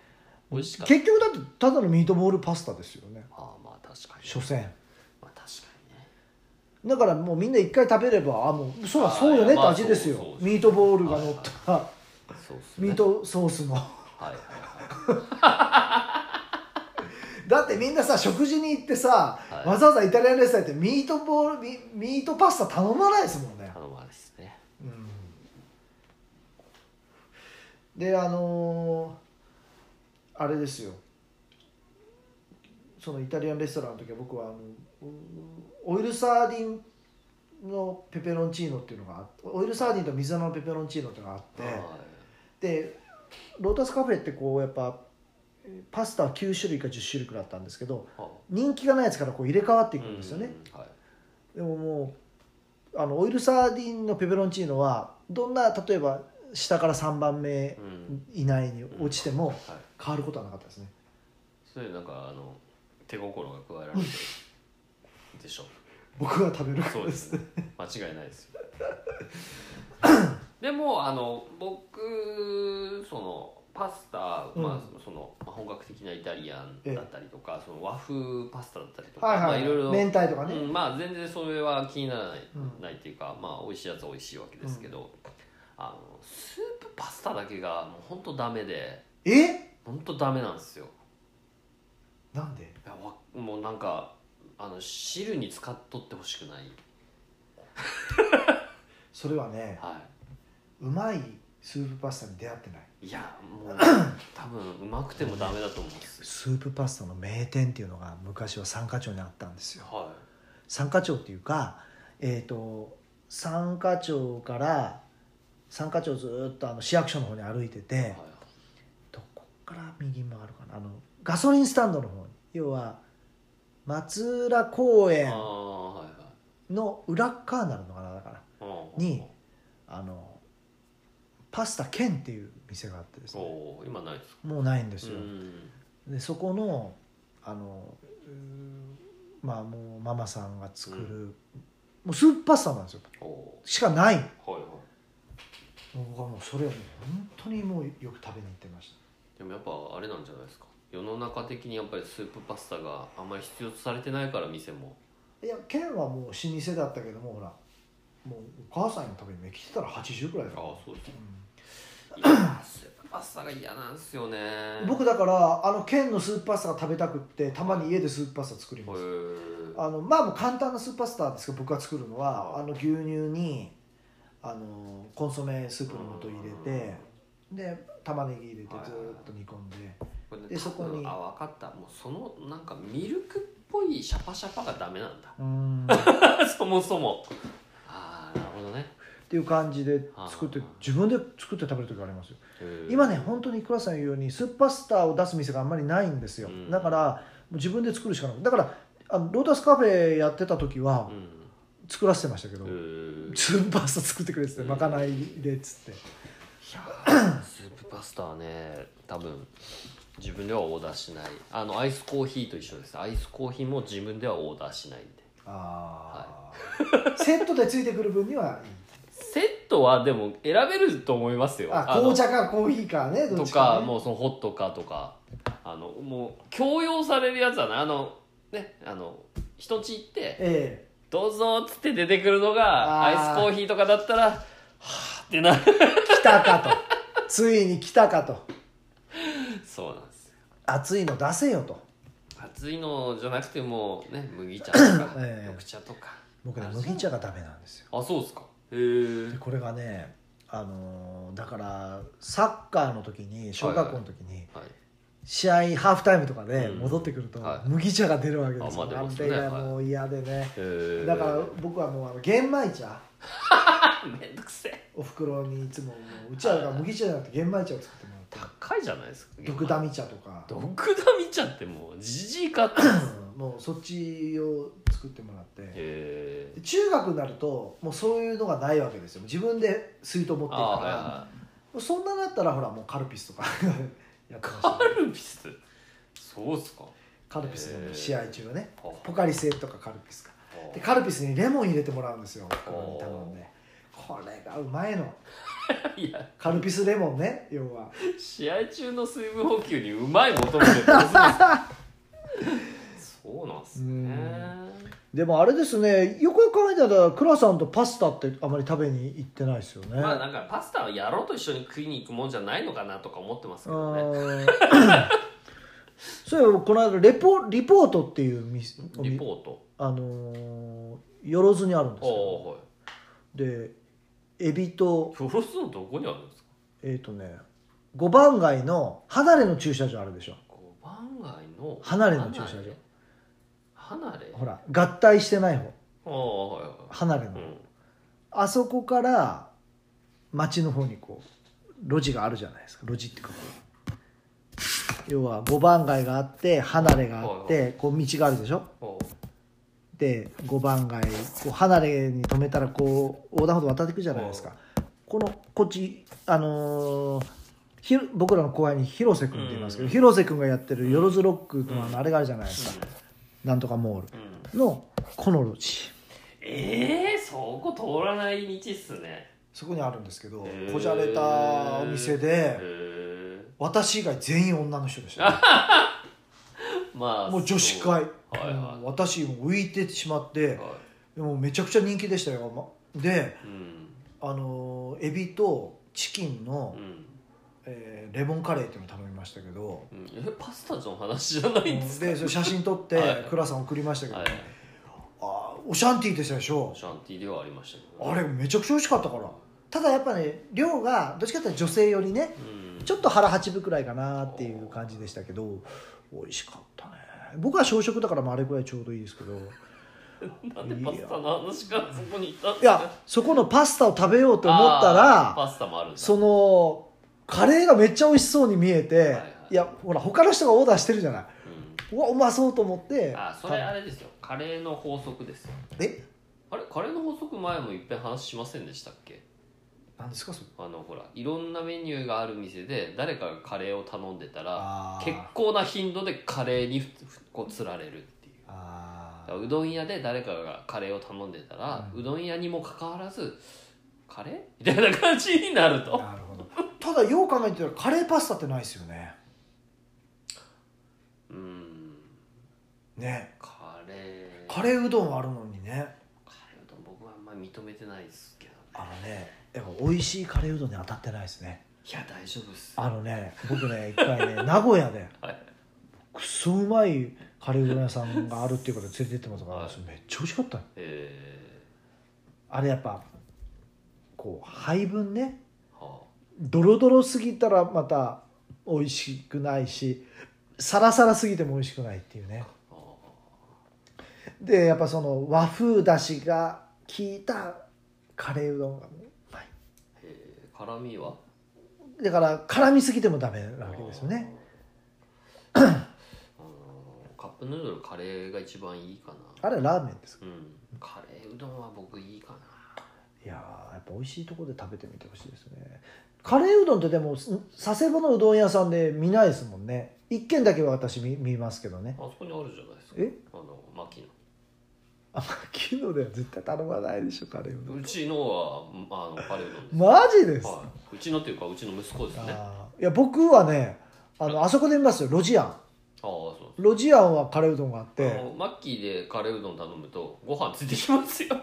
S2: 美味しかった
S1: 結局だってただのミートボールパスタですよね
S2: ああまあ確かに
S1: 所詮
S2: まあ確かにね
S1: だからもうみんな一回食べればあもうそうだ
S2: あー
S1: そうよねっ
S2: い
S1: て
S2: やまあ
S1: 味ですよ、
S2: そうそうそう
S1: ミートボールが乗った
S2: そうっす
S1: ミー
S2: ね
S1: トソースの
S2: はいはい
S1: だってみんなさ食事に行ってさ、
S2: はい
S1: わざわざイタリアンレストラン行ってミートボールミミートパスタ頼まないですもんね
S2: 頼まないですね
S1: うんであのーあれですよそのイタリアンレストランの時は僕はあのオイルサーディンのペペロンチーノっていうのがあってオイルサーディンと水菜のペペロンチーノっていうのがあって、
S2: は
S1: でロータスカフェってこうやっぱパスタは9種類か10種類くらいあったんですけど
S2: いは
S1: 人気がないやつからこう入れ替わっていくんですよね、
S2: うんはい
S1: でももうあのオイルサーディンのペペロンチーノはどんな例えば下から3番目
S2: うん
S1: 以内に落ちても
S2: はい
S1: 変わることはなかったですね
S2: それなんかあの手心が加えられてるでしょ
S1: 僕が食べるか
S2: そう
S1: ら
S2: で
S1: です
S2: すね間違いないですよでもあの僕そのパスタ、
S1: うん
S2: まあそのまあ本格的なイタリアンだったりとか、その和風パスタだったりとか、
S1: はい
S2: ま
S1: は
S2: あ
S1: い、
S2: いろいろ、
S1: 明太とかね、
S2: うん、まあ全然それは気にならない,、
S1: うん
S2: ないっていうかまあ美味しいやつは美味しいわけですけど、あのスープパスタだけがもう本当ダメで
S1: え
S2: 本当ダメなんですよ
S1: なんで
S2: いやわもうなんかあの汁に使っとってほしくない、
S1: それはね
S2: は
S1: うまいスープパスタに出会ってない
S2: い、いや もう多分うまくてもダメだと思うんですよ
S1: スープパスタの名店っていうのが昔は三課町にあったんですよ
S2: は
S1: 三課町っていうかえっ、と三課町から三課町ずーっとあの市役所の方に歩いてて、
S2: い、はい、
S1: どこから右回るかなあのガソリンスタンドの方に要は松浦公
S2: あ
S1: 園
S2: あはいはい
S1: の裏っ側になるのかなだから
S2: うん
S1: にあのパスタケンっていう店があってです
S2: お
S1: ね
S2: おー今ないですか
S1: もうないんですよ、
S2: うん
S1: でそこのあのうーんまあもうママさんが作る、
S2: う
S1: もうスープパスタなんですよ
S2: おお
S1: しかない
S2: ーはいはい
S1: もう僕はもうそれをもう本当にもうよく食べに行ってました
S2: でもやっぱあれなんじゃないですか世の中的にやっぱりスープパスタがあんまり必要とされてないから店も
S1: いやケンはもう老舗だったけどもほらもうお母さんのためにめきてたら80くらい
S2: あ
S1: だから
S2: あそうです
S1: う
S2: いやースープパスタが嫌なんですよね
S1: ん僕
S2: へ
S1: だからあの県のスープパスタが食べたくってたまに家でスープパスタ作ります
S2: ー
S1: あのまあもう簡単なスープパスタですけど僕が作るのは
S2: は
S1: あ
S2: い
S1: の牛乳にあのコンソメスープの素入れてで玉ねぎ入れてず
S2: はいはいはい
S1: ーっと煮込んで
S2: これね
S1: でそこに
S2: 多分あ分かったもうそのなんかミルクっぽいシャパシャパがダメなんだ
S1: うーんっ
S2: そもそもああなるほどね
S1: ていう感じで作って
S2: はいはいはい
S1: 自分で作って食べる時ありますよ
S2: へー
S1: 今ね本当に倉さん言うようにスープパスタを出す店があんまりないんですよ、
S2: うん
S1: だからもう自分で作るしかないだからあのロータスカフェやってた時は
S2: うん
S1: 作らせてましたけど、
S2: へーい
S1: スープパスタ作ってくれっつって
S2: うん
S1: まかないでっつって
S2: やースープパスタはね多分自分ではオーダーしないあのアイスコーヒーと一緒ですアイスコーヒーも自分ではオーダーしないんで
S1: ああセットでついてくる分にはいい
S2: セットはでも選べると思いますよ
S1: あ
S2: あの
S1: 紅茶かコーヒーかねど
S2: と
S1: っち
S2: か
S1: か、ね、
S2: もうそのホットかとかあのもう強要されるやつはねあのねあの人んち行って
S1: え
S2: 「どうぞ」っつって出てくるのが
S1: あ
S2: ア
S1: ー
S2: イスコーヒーとかだったら「はあ」ってなる
S1: え来たかとついに来たかと
S2: そうなんですよ
S1: 熱いの出せよと
S2: 熱いのじゃなくてもね麦茶とか
S1: ええ
S2: 緑茶とか
S1: 僕ね
S2: あ
S1: 麦茶がダメなんですよ
S2: あそうですかへ
S1: で
S2: え
S1: これがねあのーだからサッカーの時に小学校の時に
S2: はい
S1: 試合ハーフタイムとかで
S2: うん
S1: 戻ってくると
S2: はい
S1: 麦茶が出るわけですよ、
S2: あまあ出
S1: あ
S2: ますね
S1: れがもう嫌でね、
S2: へえ
S1: だから僕はもうあの玄米茶
S2: あめんどくせえ
S1: おふくろにいつももううちはだから麦茶じゃなくて玄米茶を作ってもらって
S2: 高いじゃないですか
S1: 毒ダミ茶とか、
S2: 毒ダミ茶ってもうじじいかってへ
S1: うんもうそっちを作ってもらって
S2: え
S1: で中学になるともうそういうのがないわけですよ自分で水筒持っていく
S2: ああ
S1: か
S2: はい
S1: ら、
S2: はい
S1: そんなだったらほらもうカルピスとか やってました
S2: カルピスそうっすか
S1: カルピスの試合中はね
S2: ほう
S1: ポカリスエットかカルピスか
S2: ほう
S1: でカルピスにレモン入れてもらうんですよ
S2: お
S1: 袋に
S2: ー
S1: 頼んでこれがうまいの
S2: いや
S1: カルピスレモンね要は
S2: 試合中の水分補給にうまい求めてるそうなんすね
S1: うん でもあれですねよくよく考えたら倉さんとパスタってあまり食べに行ってないですよね、
S2: まあなんかパスタは野郎と一緒に食いに行くもんじゃないのかなとか思ってますけどね
S1: あーそういえばこの間レポリポートっていう店お
S2: リ
S1: 店
S2: ポート
S1: あのーよろずにあるんですよ
S2: おおはい
S1: でエビと
S2: フロスのどこにあるんですか
S1: えっ、とね五番街の離れの駐車場あるでしょ
S2: 五番街の
S1: 離れの駐車場
S2: 離れ
S1: ほら合体してない方
S2: ああはいは
S1: 離れの、
S2: いうん
S1: あそこから町の方にこう路地があるじゃないですか路地っていうかこう要は五番街があって離れがあっ
S2: はい
S1: てこう道があるでしょ
S2: おう
S1: で5番街こう離れに止めたらこう横断歩道渡っていくじゃないですかこのこっちあのーひろ僕らの後輩に広瀬君って言いますけど、
S2: うん
S1: 広瀬君がやってるよろずロックのあ
S2: うん
S1: のあれがあるじゃないですか、なんとかモー
S2: うんうん
S1: ルのこの路地
S2: ええそこ通らない道っすね
S1: そこにあるんですけど
S2: へー
S1: こじゃれたお店
S2: へ
S1: で
S2: え
S1: 私以外全員女の人でした、ね、
S2: まあ
S1: もう女子会、
S2: そうはいは
S1: もう私も浮いてしまっ
S2: い
S1: て
S2: は
S1: でもめちゃくちゃ人気でしたよまで
S2: いうん
S1: あのーエビとチキンの、
S2: うん
S1: えーレモンカレーっていうの頼みましたけど
S2: うんえパスタの話じゃないんですか
S1: でそれ写真撮って
S2: はい
S1: 倉さん送りましたけど、
S2: はい
S1: あーオシャンティーでしたでしょ
S2: シャンティではありましたけど
S1: あれめちゃくちゃ美味しかったからただやっぱね量がどっちかっていうと女性よりね
S2: うん
S1: ちょっと腹八分くらいかなっていう感じでしたけど美味しかったね僕は小食だからまああれくらいちょうどいいですけどい
S2: なんでパスタの話からそこに行ったんですか
S1: やそこのパスタを食べようと思った
S2: あー
S1: ら
S2: パスタもあるんだ
S1: そのカレーがめっちゃ美味しそうに見えて、い
S2: はい
S1: やほら他の人がオーダーしてるじゃないいうわうまそうと思って
S2: うん、あそれあれですよカレーの法則ですよ
S1: え
S2: あれカレーの法則前もいっぺん話しませんでしたっけ
S1: なんですかそれ
S2: あのほらいろんなメニューがある店で誰かがカレーを頼んでた
S1: あ
S2: ら
S1: ー
S2: 結構な頻度でカレーにふふこうつられるっていうだ
S1: あ
S2: からうどん屋で誰かがカレーを頼んでたら、うどん屋にもかかわらずカレーみたいな感じになる
S1: ー
S2: と
S1: なるほどただよう考えてたらカレーパスタってないですよね
S2: うん
S1: ね
S2: カレー
S1: カレーうどんはあるのにね
S2: カレーうどん僕はあんまり認めてないですけどね
S1: あのねやっぱ美味しいカレーうどんに当たってないですね
S2: いや大丈夫っす
S1: あのね僕ね一回ね 名古屋で
S2: はい
S1: クソうまいカレーうどん屋さんがあるっていうことで連れてってもらったから、
S2: はい
S1: それめっちゃ美味しかったよ
S2: え
S1: あれやっぱこう配分ね
S2: ー、は
S1: ドロドロすぎたらまた美味しくないしサラサラすぎても美味しくないっていうね
S2: あは
S1: でやっぱその和風だしが効いたカレーうどんがうまい
S2: あえー、辛みは
S1: だから絡みすぎてもダメなわけですよね
S2: あのカップヌードルカレーが一番いいかな
S1: あれはラーメンです
S2: うんカレーうどんは僕いいかない
S1: やーやっぱ美味しいところで食べてみてほしいですねカレーうどんってでもす佐世保のうどん屋さんで見ないですもんね一軒だけは私見見ますけどね
S2: あそこにあるじゃないですか
S1: え
S2: あの牧野
S1: あ昨日では絶対頼まないでしょカレーうどん
S2: うちのはうんあのカレーうどんです、
S1: マジです、
S2: はいうちのっていうかうちの息子ですねあ
S1: あーいや僕はねあのあそこで見ますよロジアン
S2: あそう
S1: ロジアンはカレーうどんがあっ
S2: あ
S1: て
S2: のマッキーでカレーうどん頼むとご飯ついてきますよ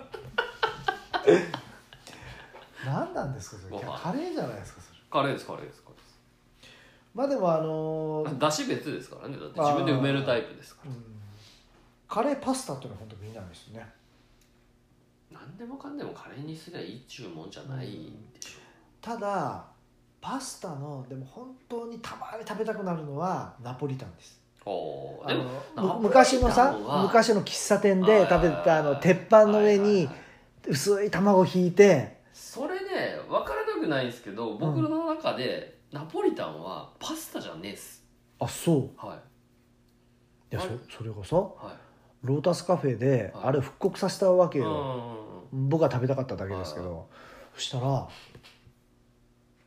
S1: 何なんですかそれいや
S2: ご飯
S1: カレーじゃないですかそれ
S2: カレーですカレーですカレーです
S1: まあでもあのー
S2: だし別ですからねだって自分で埋めるタイプですか
S1: うんカレーパスタっていうのは本当見ないですね
S2: ら何でもかんでもカレーにすりゃいいっちゅうもんじゃないでしょ
S1: ただパスタのでも本当にたまに食べたくなるのはナポリタンです
S2: おー
S1: あ
S2: で
S1: の
S2: も
S1: む昔のさ
S2: ナポリタンは
S1: 昔の喫茶店で食べてたあの鉄板の上
S2: はいはい
S1: に
S2: はい
S1: 薄い卵をひいて
S2: それね分からなくないんですけど僕の中で、ナポリタンはパスタじゃねえっす
S1: あそう
S2: は
S1: い
S2: い
S1: や
S2: あれ
S1: そそれこそ
S2: は
S1: ロータスカフェで
S2: はい
S1: あれ復刻させたわけ
S2: いうん
S1: よ、
S2: うん
S1: 僕は食べたかっただけですけどそしたら「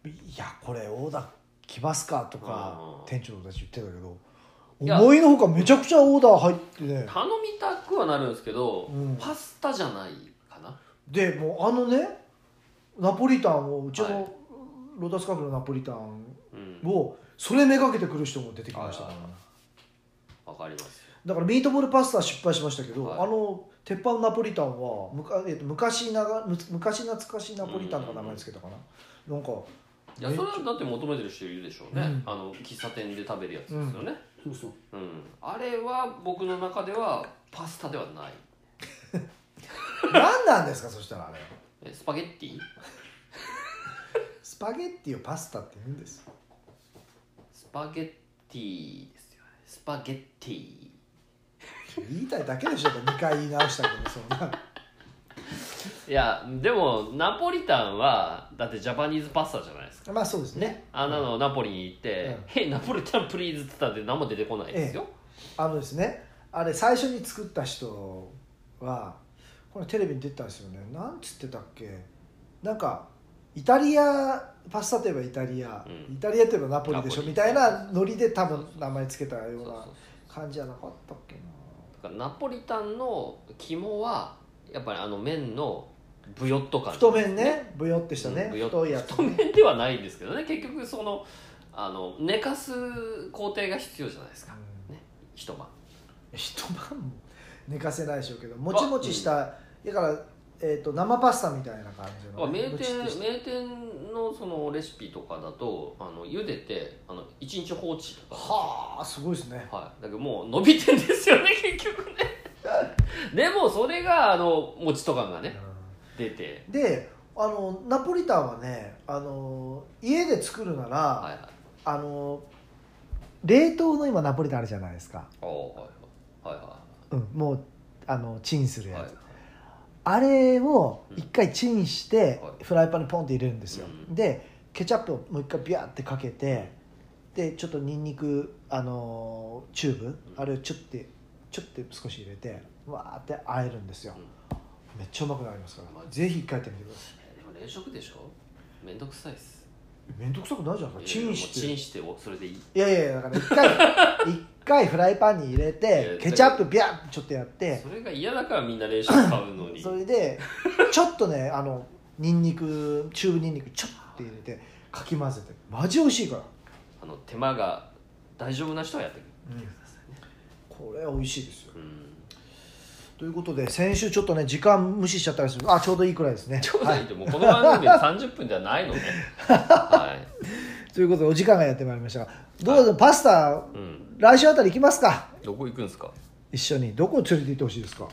S1: いやこれオーダー来ますか?」と
S2: う
S1: か
S2: ん
S1: 店長たち言ってたけど
S2: いや
S1: 思いのほかめちゃくちゃオーダー入って
S2: う
S1: ね
S2: ん頼みたくはなるんですけど、
S1: うん
S2: パスタじゃないかな
S1: でもうあのねナポリタンをうちの、
S2: はい
S1: ロータスカフェのナポリタン
S2: うん
S1: をそれめがけてくる人も出てきましたから
S2: はいはい分かります
S1: だからミートボールパスタは失敗しましたけど、
S2: はい
S1: あの鉄板ナポリタンはむか、えっと、昔ながむ昔懐かしいナポリタンとか名前つけたかな、なんか
S2: いやそれはだって求めてる人いるでしょうね、
S1: うん
S2: あの喫茶店で食べるやつですよね、
S3: そうそう
S2: うんあれは僕の中ではパスタではない
S1: 何なんですかそしたらあれ
S2: えスパゲッティ
S1: スパゲッティをパスタって言うんですよ
S2: スパゲッティですよねスパゲッティ
S1: 言いたいだけでしょ2回言い直したけどそんない
S2: やでもナポリタンはだってジャパニーズパスタじゃないですか
S1: まあそうですね
S2: あんなのナポリに行って
S1: うん
S2: 「へいナポリタンプリーズ」って言ったら何も出てこないですよ、
S1: あのですねあれ最初に作った人はこれテレビに出たんですよねなんつってたっけなんかイタリアパスタといえばイタリア、
S2: うん
S1: イタリアといえばナポリでしょ
S2: ナポリ
S1: みたいなノリで多分名前つけた
S2: そ
S1: よ
S2: う
S1: う
S2: そう
S1: な
S2: そう
S1: 感じじゃなかったっけな
S2: だからナポリタンの肝はやっぱりあの麺のブヨッと感
S1: 太麺ねブヨってしたね、
S2: うんブヨッ
S1: 太いやつ
S2: 太麺ではないんですけどね結局そのあの寝かす工程が必要じゃないですか、ね、一晩
S1: 一晩も寝かせないでしょうけどもちもちしただから、えー、と生パスタみたいな感じのね、
S2: 名
S1: もち
S2: 店
S1: っとした
S2: 名店のそのレシピとかだとあの茹でてあの1日放置とか
S1: はあすごいですね
S2: はい、だけどもう伸びてんですよね 結局ねでもそれがあの餅とかがね
S1: うん
S2: 出て
S1: であのナポリタンはねあの家で作るなら、
S2: はいはい
S1: あの冷凍の今ナポリタンあるじゃないですか、
S2: ああはいはいは
S1: うん、もうあのチンする
S2: い
S1: や
S2: はい
S1: つ、
S2: はい
S1: あれを
S2: うん
S1: 一回チンして、
S2: はい
S1: フライパンにポンって入れるんですよ、
S2: うん
S1: でケチャップをもう一回ビャーってかけてでちょっとニンニクあのチューブあれをちょっとちょっと少し入れてわーってあえるんですよ、めっちゃうまくなりますから、
S2: マジ
S1: ぜひ一回やってみてくださ
S2: でも冷食でしょめんどくさいっす
S1: いめんどくさくないじゃないですかチンして
S2: もうチンしておそれでいい
S1: いやいやいやだから一回一回フライパンに入れ
S2: いや
S1: てケチャップビャッてちょっとやって
S2: それが嫌だからみんな冷食買 うのに
S1: それでちょっとねあのニンニクチューブニンニクちょっと入れてかき混ぜてマジ美味しいから、
S2: あの手間が大丈夫な人はやってみてくださいね
S1: これ美味しいですよ
S2: うん
S1: ということで先週ちょっとね時間無視しちゃったりするあちょうどいいくらいですね
S2: ちょうど
S1: はい
S2: い
S1: い
S2: ってもうこの番 組で30分ではないのねはい
S1: ということでお時間がやってまいりましたがどうぞパスタ
S2: うん
S1: 来週あたり行きますか
S2: どこ行くんですか
S1: 一緒にどこに連れて行ってほしいですか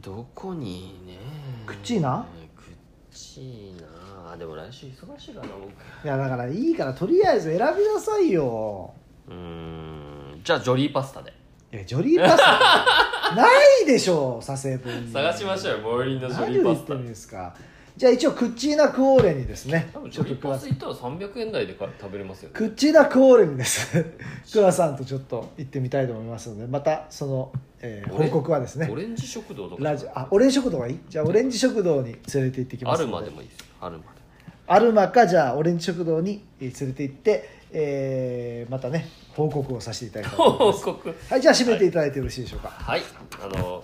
S2: どこにね
S1: クッチーナ
S2: クッチーナあでも来週忙しいからな僕
S1: いやだからいいからとりあえず選びなさいよ
S2: うーんじゃあジョリーパスタで
S1: いや、ジョリーパスタ ないでしょう、佐世保に。
S2: 探しましょうよボーリンのジョリ
S1: 何
S2: ー
S1: を言
S2: パ
S1: っ
S2: ス
S1: て
S2: タ
S1: るんですか。じゃあ一応、クッチーナクオーレにですね
S2: 多分、ジ
S1: ちょ
S2: ョ
S1: っと
S2: リー
S1: ク
S2: パ
S1: ラ
S2: ス
S1: ス
S2: タ。行ったら300円台でか食べれますよね
S1: クッチーナクオーレに です。クラさんとちょっと行ってみたいと思いますので、またその、えー
S2: オレ
S1: 報告はですね
S2: オ、レンジ食堂とか
S1: ラジオ、あ、オレンジ食堂がいいじゃあオレンジ食堂に連れて行ってきま
S2: ア
S1: す
S2: ル
S1: の
S2: マ
S1: で。
S2: でもいいですよアルマで
S1: アルマか、じゃあオレンジ食堂にえー連れて行って、えーまたね、報告をさせていただきたいと思いま
S2: 報
S1: す。
S2: 告
S1: はい、じゃあ締めていただいてよろしいでしょうか。
S2: はいあの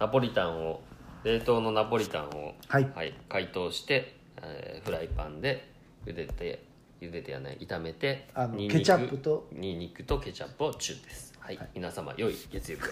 S2: ナポリタンを冷凍のナポリタンを
S1: はい
S2: 解凍して、えーフライパンで茹でて茹でてやない炒めて
S1: あの
S2: ニンニク
S1: ケチャップと
S2: ニンニクとケチャップをチューですはい、皆様良い月曜日を